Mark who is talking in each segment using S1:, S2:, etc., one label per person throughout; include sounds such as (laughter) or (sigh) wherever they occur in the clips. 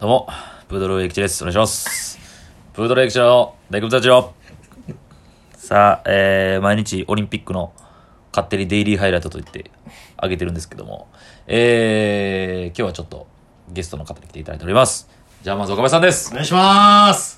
S1: どうも、プードルエキチです。お願いします。プードルエキチの大工たちよ。さあ、えー、毎日オリンピックの勝手にデイリーハイライトと言ってあげてるんですけども、えー、今日はちょっとゲストの方に来ていただいております。じゃあまず岡部さんです
S2: お。願いします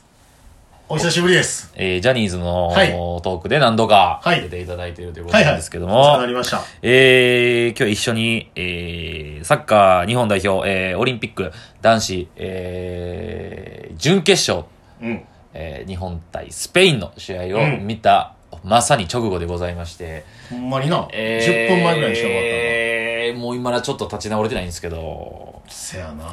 S2: お久しぶりです。
S1: えー、ジャニーズの、
S2: はい
S1: トークで何度か
S2: はい
S1: 出ていただいているということ
S2: はい
S1: な
S2: は
S1: ん
S2: い。
S1: ですけども、
S2: お世話になりました。
S1: えー、今日一緒に、えー、サッカー日本代表、えー、オリンピック男子、えー、準決勝、
S2: うん。
S1: えー、日本対スペインの試合
S2: う
S1: を
S2: ん
S1: 見た、まさに直後でございまして、
S2: ほんまにな、
S1: え
S2: 10分前ぐらいにしてもらったな。
S1: えー、もう今らちょっと立ち直れてないんですけど、
S2: せやな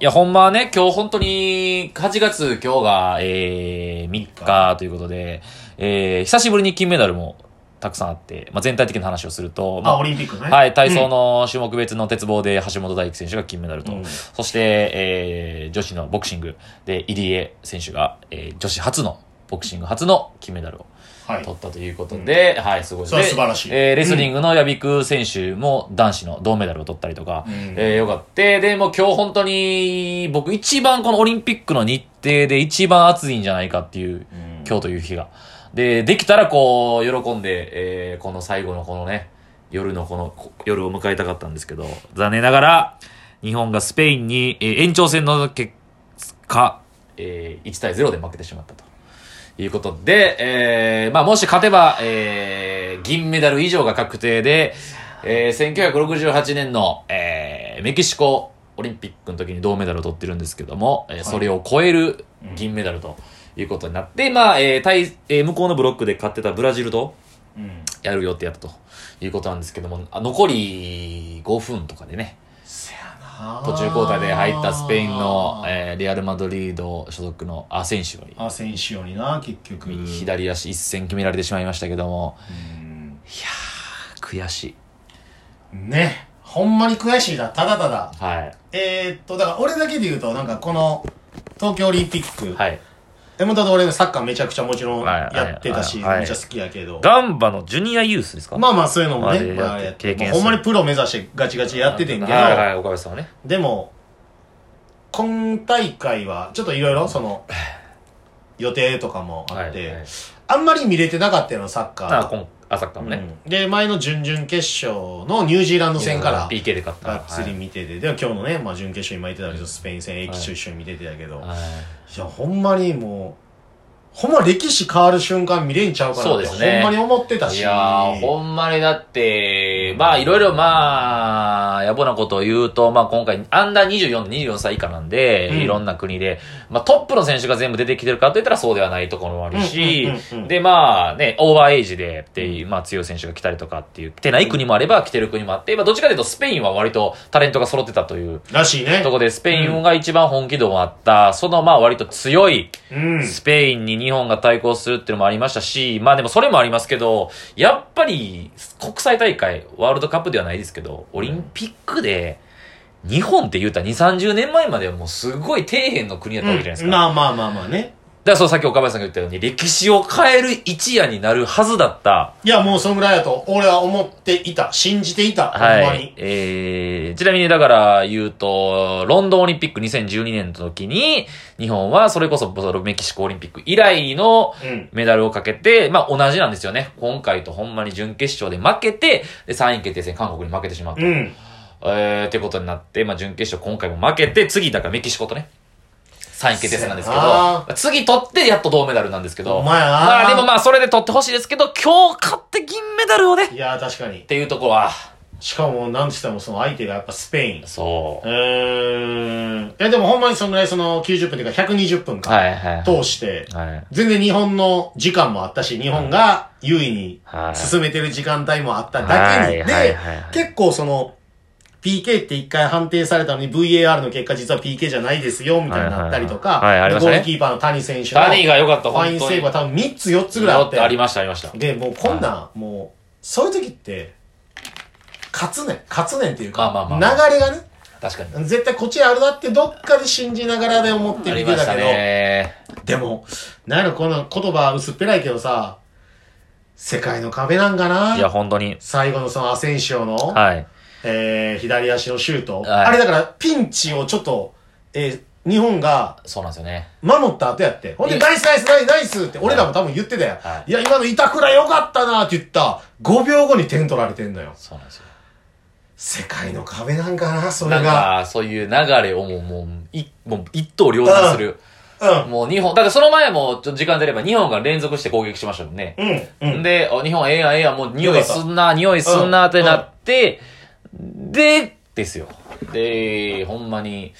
S2: い
S1: や、ほんまはね、今日本当に、8月今日が、えー、3日ということで、えー、久しぶりに金メダルもたくさんあって、まあ、全体的な話をすると、まあ
S2: あ、オリンピックね。
S1: はい、体操の種目別の鉄棒で橋本大輝選手が金メダルと、
S2: うん
S1: そして、えー女子のボクシングで入江選手が、えー女子初のボクシング初の金メダルを
S2: はい。
S1: 取ったということで、はい、すごい
S2: それは
S1: で
S2: 素晴らしい
S1: えーレスリングの矢ビク選手も男子の銅メダルを取ったりとか、
S2: うん
S1: えーよかって、で、もう今日本当に僕一番このオリンピックの日程で一番暑いんじゃないかっていう
S2: うん
S1: 今日という日が。で、できたらこう、喜んで、えーこの最後のこのね、夜のこの、こ夜を迎えたかったんですけど、残念ながら、日本がスペインに、えー延長戦の結果、えー1対0で負けてしまったと。いうことで、えーまあもし勝てば、えー銀メダル以上が確定で、えー1968年の、えーメキシコオリンピックの時に銅メダルを取ってるんですけども、えーそれを超える銀メダルということになって、まあ、えー対、えー向こうのブロックで勝ってたブラジルと
S2: うん
S1: やる予定やったということなんですけども、あ残り5分とかでね、
S2: せやな
S1: 途中交代で入ったスペインの、
S2: え
S1: えーレアル・マドリード所属のアセンシオに、
S2: アセンシオにな、結局。
S1: 左足一戦決められてしまいましたけども、
S2: うん
S1: 悔しい。
S2: ね。ほんまに悔しいな、ただただ。
S1: はい。
S2: えー、っと、だから俺だけで言うと、なんかこの、東京オリンピック。
S1: はい。
S2: でもだって俺サッカーめちゃくちゃもちろん
S1: はいはい
S2: やってたし、
S1: はい
S2: めっちゃ好きやけど。
S1: ガンバのジュニアユースですか
S2: まあまあそういうのも
S1: あれ
S2: ね、まあ、
S1: や
S2: や
S1: っ
S2: ってて
S1: 経験
S2: もうほんますにプロ目指してガチガチやっててんけど、
S1: はいはい、岡部さんはね。
S2: でも、今大会はちょっといろいろその、予定とかもあって、
S1: はいはい
S2: あんまり見れてなかったよサッカー
S1: あ、
S2: は。
S1: 今、あ、サッカーもね。
S2: うんで、前の準々決勝のニュージーランド戦から、
S1: PK で勝った。
S2: がっつり見てて、では今日のね、まあ準決勝今言ってたけど、スペイン戦、駅と一緒に見ててたけど、
S1: はいはい
S2: いや、ほんまにもう、ほんま歴史変わる瞬間見れんちゃうかな
S1: そう
S2: って、
S1: ですね
S2: ほんまに思ってたし。
S1: いやー、ほんまにだって、まあいろいろまあ、野暮なことを言うと、まあ今回、アンダー24で24歳以下なんで、
S2: うん
S1: いろんな国で、まあトップの選手が全部出てきてるかといったらそうではないところもあるし
S2: うんうんうんう、ん
S1: でまあね、オーバーエイジでっていう、まあ強い選手が来たりとかっていう、来てない国もあれば来てる国もあって、まあどっちかというとスペインは割とタレントが揃ってたという
S2: らしいね
S1: と。ころで、スペインが一番本気度もあった、そのまあ割と強い、
S2: うん。
S1: スペインに日本が対抗するっていうのもありましたし、まあでもそれもありますけど、やっぱり国際大会、ワールドカップではないですけど、オリンピックで、日本って言うたら2、30年前まではもうすごい底辺の国だったわけじゃないですか。だか
S2: まあまあまあまあね。
S1: らそうさっき岡林さんが言ったように、歴史を変える一夜になるはずだった。
S2: いや、もうそのぐらいだと、俺は思っていた。信じていた。ほんま
S1: は
S2: に
S1: い。。えー、ちなみにだから言うと、ロンドンオリンピック2012年の時に、日本はそれこそメキシコオリンピック以来の、
S2: うん。
S1: メダルをかけて、まあ同じなんですよね。今回とほんまに準決勝で負けて、で3位決定戦韓国に負けてしまった。
S2: うん。
S1: えー、ってことになって、まあ準決勝今回も負けて、次だからメキシコとね。3位決定戦なんですけ
S2: せやな
S1: ど、次取ってやっと銅メダルなんですけど。
S2: ほんまやな
S1: まあでもまあそれで取ってほしいですけど、今日勝って銀メダルをね。っ
S2: いや、確かに。
S1: ていうところは、
S2: しかも、なんて言っても、その相手がやっぱスペイン。
S1: そう
S2: う。ーん。いや、でもほんまにそのぐらい、その90分というか120分か。
S1: はいはい。
S2: 通して、
S1: はい。
S2: 全然日本の時間もあったし、日本が優位に
S1: はい。
S2: 進めてる時間帯もあっただけに。で、
S1: 結
S2: 結構その、PK って一回判定されたのに VAR の結果実は PK じゃないですよ、みたいになったりとか、
S1: はいはいはいはいありまし
S2: ゴ
S1: たね
S2: ールキーパーの谷選手
S1: 構、ダニー
S2: の
S1: が良かった、
S2: ファイ
S1: 本
S2: ン
S1: 当
S2: セー
S1: に
S2: ブ。は多分3つ4つぐらいあって。
S1: ありました、ありました。
S2: で、もうこんなん、もう、そういう時って、勝つねん。勝つねんっていうか、
S1: まあまあまあ
S2: 流れがね、
S1: 確かに。
S2: 絶対こっちあるなってどっかで信じながらで思って
S1: あ
S2: 見
S1: り
S2: て
S1: ましたた
S2: けど、
S1: ね。
S2: でも、なんやろ、この言葉薄っぺらいけどさ、世界の壁なんかない
S1: や、本当に。
S2: 最後のそのアセンシオの、
S1: はい。
S2: えー、左足のシュート。
S1: はい
S2: あれだから、ピンチをちょっと、えー、日本が
S1: そうなんですよね。
S2: 守った後やって。ほん
S1: い
S2: で、
S1: い
S2: ナイスナイスナイスナイスって、俺らも多分言ってたよ。、
S1: はい
S2: や、今の板倉良かったなって言った、5秒後に点取られてんのよ。
S1: そうなんですよ。
S2: 世界の壁なんかな、そ
S1: な
S2: れ
S1: ん
S2: が。
S1: か、そういう流れをもう、もう、いもう一刀両断する。
S2: うん。
S1: もう日本、だからその前も、ちょっと時間出れば日本が連続して攻撃しましたもんね。
S2: うん。うん。
S1: で、あ日本ええやんええやん、もう匂
S2: よか
S1: い
S2: った
S1: すんな、匂いすんな
S2: うん
S1: ってなって、で、ですよ。で、ほんまに、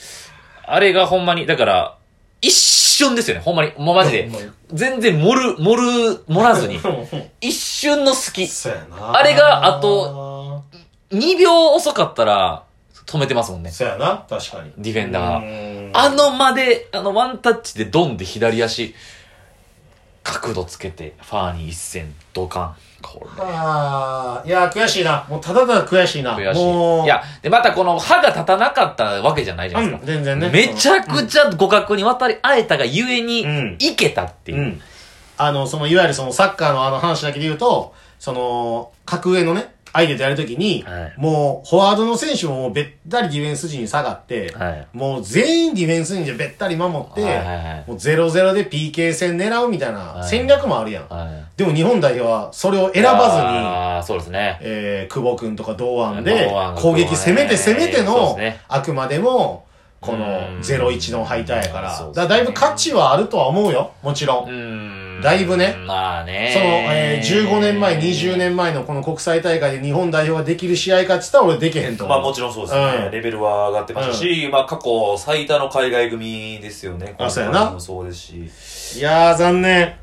S1: あれがほんまに、だから、一瞬ですよね、ほんまに。もうマジで
S2: ほんまに。
S1: 全然盛る、盛る、盛ら
S2: (laughs)
S1: ずに。一瞬の隙。
S2: そうやな。
S1: あれがあと、2秒遅かったら、止めてますもんね。
S2: そうやな、確かに。
S1: ディフェンダーが
S2: うーん
S1: あ、の間で、あの、ワンタッチでドンで左足、角度つけて、ファーに一戦、ドカン。これ。
S2: あーいや、悔しいな。もうただただ悔しいな。
S1: 悔し
S2: も
S1: い。
S2: う、
S1: いや、で、またこの歯が立たなかったわけじゃないじゃ
S2: う
S1: ないで
S2: ん、
S1: す
S2: 全然
S1: か。
S2: ね。
S1: めちゃくちゃ互角に渡り合えたがゆえに
S2: うん、
S1: いけたっていうう。
S2: ん。あの、その、いわゆるそのサッカーのあの話だけで言うと、その、格上のね、相手とやるときに、
S1: はい
S2: もう、フォワードの選手ももうべったりディフェンス陣に下がって、
S1: はい
S2: もう全員ディフェンス陣でべったり守って、
S1: はいはいはい
S2: もう0-0で PK 戦狙うみたいな
S1: はい
S2: 戦略もあるやん。
S1: はい。
S2: でも日本代表はそれを選ばずに、
S1: ああ、そうですね。
S2: えー、久保くんとか堂安で
S1: 堂安、
S2: 攻撃攻めて攻めて
S1: そうです
S2: の、
S1: ね
S2: あくまでも、この
S1: うん
S2: 0-1の敗退やから、
S1: そうですね
S2: だからだいぶ価値はあるとは思うよ、もちろん
S1: う。ーん。
S2: だいぶね
S1: まあね。
S2: その、えー、15年前、20年前のこの国際大会で日本代表ができる試合かっつったら俺できへんと思
S1: まあ
S2: う。
S1: もちろんそうですね。
S2: うん
S1: レベルは上がってましたし、まあ過去最多の海外組ですよね。
S2: あそうや
S1: 今
S2: な
S1: 回もそうですし。
S2: いやー、残念。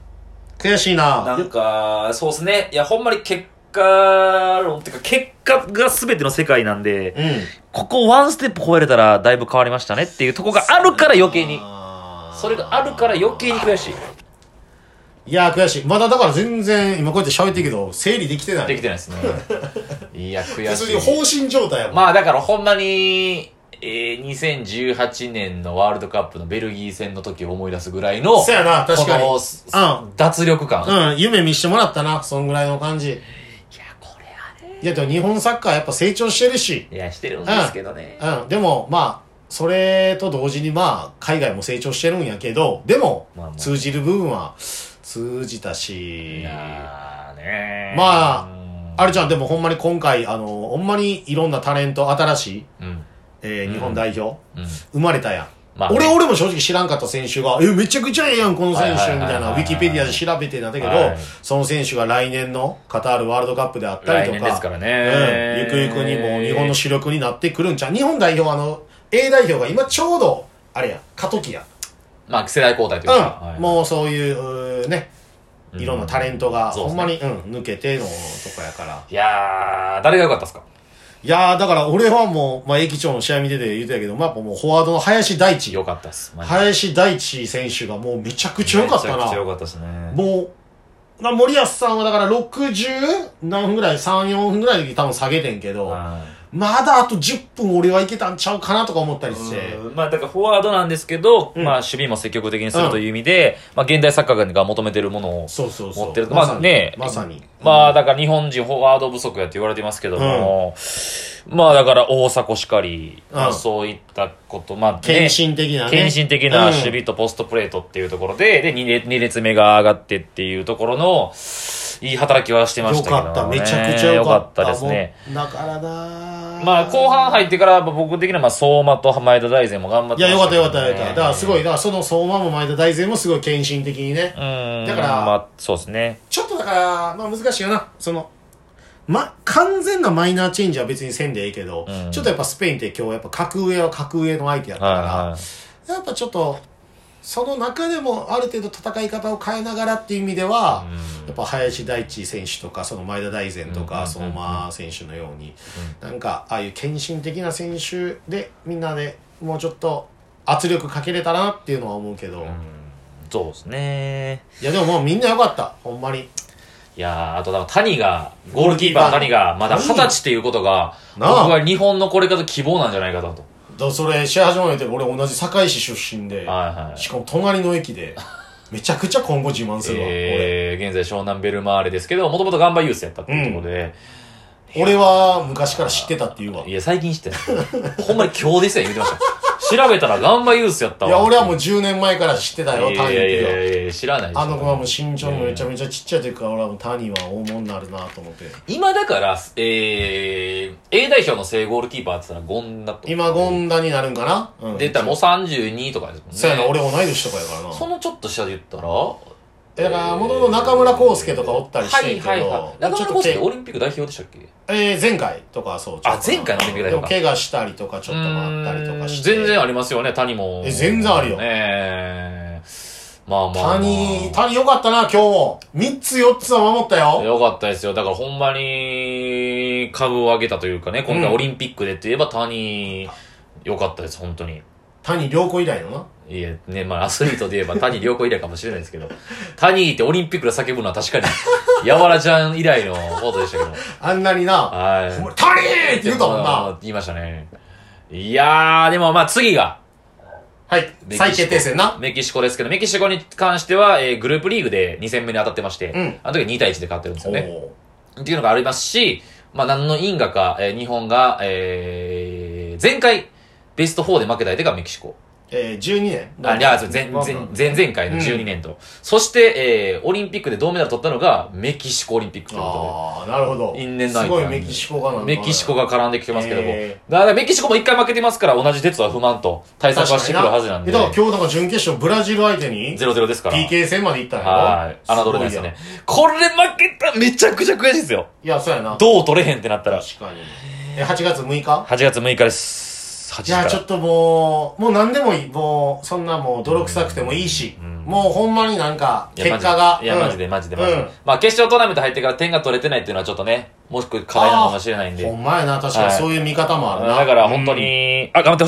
S2: 悔しいな。
S1: なんか、そうですね。いや、ほんまに結果論っていうか、結果が全ての世界なんで、
S2: うん。
S1: ここワンステップ超えれたらだいぶ変わりましたねっていうところがあるから余計に。
S2: あー
S1: それがあるから余計に悔しい。
S2: いやー、悔しい。まだだから全然、今こうやって喋ってるけど、整理できてない。
S1: できてない
S2: (laughs)
S1: ですね。いや、悔
S2: 普
S1: し
S2: 通に
S1: い。
S2: 放心状態やもん。
S1: まあだからほんまに、えー、2018年のワールドカップのベルギー戦の時を思い出すぐらいの、
S2: そうやな、確かに。
S1: この、
S2: う
S1: 脱力感。
S2: うん、夢見してもらったな、そんぐらいの感じ。
S1: いや、これあれ。
S2: いや、でも日本サッカーやっぱ成長してるし。
S1: いや、してるんですけどね。
S2: うん、でも、まあ、それと同時に、まあ、海外も成長してるんやけど、でも、
S1: まあまあ
S2: 通じる部分は通じたし
S1: い、やーねー
S2: まあ
S1: うん
S2: あれじゃん、でもほんまに今回、あの、ほんまにいろんなタレント、新しい、
S1: うん。
S2: え
S1: う
S2: ー、
S1: ん
S2: 日本代表、
S1: うん。
S2: 生まれたやん。
S1: まあ、
S2: 俺、俺も正直知らんかった選手が、え、めちゃくちゃええやん、この選手、みた
S1: はいはいいはい
S2: な、ウ
S1: はい
S2: ィキペディアで調べてなったけど、
S1: はい
S2: その選手が来年のカタールワールドカップであったり
S1: 来
S2: と
S1: 年
S2: か、
S1: ですから
S2: うん
S1: ね。
S2: ゆくゆくにもう日本の主力になってくるんちゃう日本代表はあの、A 代表が今ちょうど、あれや、過渡期や。
S1: まあ、世代交代というか。
S2: う
S1: は
S2: ん。
S1: い
S2: もうそういう、うーね、いろんなタレントが、
S1: そうで
S2: ほ
S1: す
S2: ん
S1: ね
S2: まに、うん、抜けてのとこやから。
S1: いやー、誰が良かったですか
S2: いやー、だから俺はもう、まあ、駅長の試合見てて言ってたけど、まあ、やっぱもうフォワードの林大地。
S1: 良かったです。マジで
S2: 林大地選手がもうめちゃくちゃ良かった
S1: めちゃくちゃ良
S2: な。
S1: かったですね。
S2: もう、な森保さんはだから60何分ぐらい、3、4分ぐらいの時多分下げてんけど、
S1: はい
S2: まだあと10分俺はいけたんちゃうかなとか思ったりして。
S1: うんまあ、だからフォワードなんですけど、
S2: うん
S1: まあ、守備も積極的にするという意味で、まあ、現代サッカーが求めてるものを、
S2: そうそうそう。
S1: 持ってると
S2: ま
S1: ま
S2: さ
S1: あ
S2: に。
S1: ね
S2: まさに。
S1: まあ、だから日本人フォワード不足やって言われてますけども、まあ、だから大迫しかり、
S2: うん
S1: まあそういったこと、まあ、ね
S2: 献身的なね。
S1: 献身的な守備とポストプレートっていうところで、で 2, 列二列目が上がってっていうところのいい働きはしてま
S2: うん。
S1: し
S2: よ
S1: たけど、ね、
S2: かった。めちゃくちゃよかった。
S1: 良ですね。
S2: もう。だからなー
S1: まあ後半入ってから僕的にはまあ相馬と前田大然も頑張っ
S2: い
S1: てま
S2: や、
S1: し
S2: よ
S1: け
S2: か
S1: ど
S2: った
S1: ね
S2: よかったよかった。だからすごい、だからその相馬も前田大然もすごい献身的にね。
S1: うん
S2: だから
S1: まあそうですね
S2: ちょっとだから、まあ難しいよな。その、ま、完全なマイナーチェンジは別にせんでええけど、
S1: うん
S2: ちょっとやっぱスペインって今日やっぱ格上は格上の相手やったから、
S1: は
S2: やっぱちょっと、その中でもある程度戦い方を変えながらっていう意味で
S1: いは
S2: は
S1: い、
S2: やっぱ林大地選手とか、その前田大然と
S1: うんうんうんう
S2: か、
S1: ん
S2: 相馬選手のように、なんか、ああいう献身的な選手で、みんなでもうちょっと圧力かけれたらなっていうのは思うけど、
S1: うんそうですね
S2: いやでももうみんな良かった、ほんまに。
S1: いやーあとだから谷がゴールキーパーの谷がまだ二十歳っていうことが僕
S2: なあ
S1: は日本のこれから希望なんじゃないかなと
S2: だからそれ、試合始まるの言って、俺同じ堺市出身で、
S1: はいはい
S2: しかも隣の駅で、めちゃくちゃ今 (laughs) 後自慢するわ、
S1: えー現在湘南ベルマーレですけど、もともとガンバユースやったっていうところで、
S2: 俺は昔から知ってたって言うわ。
S1: い
S2: い
S1: や、最近知ってたほんまに今日ですよ、言ってました。調べたらガンバユースやったわ。
S2: や、俺はもう10年前から知ってたよ、
S1: い
S2: タ
S1: や
S2: ニ
S1: い
S2: ー
S1: やいや
S2: って。
S1: いやいや知らないでしょ
S2: あの子はもう身長もめちゃめちゃちっちゃい時から、俺はもうタニーは大物になるなと思って。
S1: 今だから、えー、A 代表の正ゴールキーパーって言ったらゴンだと。
S2: 今、権田になるんかなうん。
S1: で言ったらもう32とかですもんね。
S2: そうやな、俺同い年とかやからな。
S1: そのちょっと下で言ったら
S2: だから、ものの中村康介とかおったりしてるけど、
S1: はいはいはい。中村
S2: ちょっと
S1: 康
S2: け
S1: 介オリンピック代表でしたっけ
S2: えー、前回とかそう。
S1: あ前回のオリンピック代表か
S2: でも怪我したりとかちょっともあったりとかして。
S1: うーん全然ありますよね、谷も。
S2: え全然あるよ
S1: ねえ。まあまあ、まあ。
S2: 谷、谷よかったな、今日も。3つ4つは守ったよ。
S1: よかったですよ。だからほんまに、株を上げたというかね、今回
S2: うん
S1: オリンピックでって言えば谷、よかったです、本当に。
S2: 谷良子以来のな。
S1: いえ、ね、まあアスリートで言えば谷良子以来かもしれないですけど、 (laughs) 谷ってオリンピックで叫ぶのは確かに、 (laughs) やわらちゃん以来のことでしたけど。
S2: あんなにな、
S1: はい。
S2: お前谷って言うたもんな。。
S1: 言いましたね。いやー、でもまあ次が、
S2: はい、
S1: メキシコ
S2: 再決定戦な。
S1: メキシコですけど、メキシコに関しては、えーグループリーグで2戦目に当たってまして、
S2: うん
S1: あの時2対1で勝ってるんですよね。
S2: おー
S1: っていうのがありますし、まあ何の因果か、えー日本が、えー前回、ベスト4で負けた相手がメキシコ。
S2: えー、12年。
S1: あ、いや、そう前、前、前前々回の12年と。そして、えーオリンピックで銅メダル取ったのが、メキシコオリンピックというこ
S2: あー、なるほど。
S1: 因縁の相
S2: す
S1: 手
S2: ごい
S1: なんで
S2: メキシコがなん
S1: と
S2: か
S1: で、メキシコが絡んできてますけども。
S2: え
S1: だからメキシコも一回負けてますから、同じ鉄は不満と、対策はしてくるはずなんで。
S2: えだから今日だから準決勝ブラジル相手に
S1: 0-0ですから。
S2: PK 戦までいったんやろ
S1: はい。侮れないですね。これ負けたらめちゃくちゃ悔しいですよ。
S2: いや、そうやな。
S1: どう取れへんってなったら。8
S2: 確かに。え、8月6日
S1: 月6日です。8時
S2: じゃ
S1: か
S2: あ
S1: ら。
S2: ちょっともう、もう何でもいい。もう、そんなもう泥臭くてもいいし、もうほんまになんか、
S1: いや
S2: 結果
S1: マ
S2: が。
S1: ジでいや、
S2: うん
S1: マジで、マジで、マジ
S2: う
S1: で
S2: ん。
S1: まあ、決勝トーナメント入ってから点が取れてないっていうのはちょっとね、もしくは課題なのかもしれないんで
S2: ほ。んまやな、確かに
S1: はい
S2: そういう見方もあるな。
S1: だから本当に、あ、頑張ってほ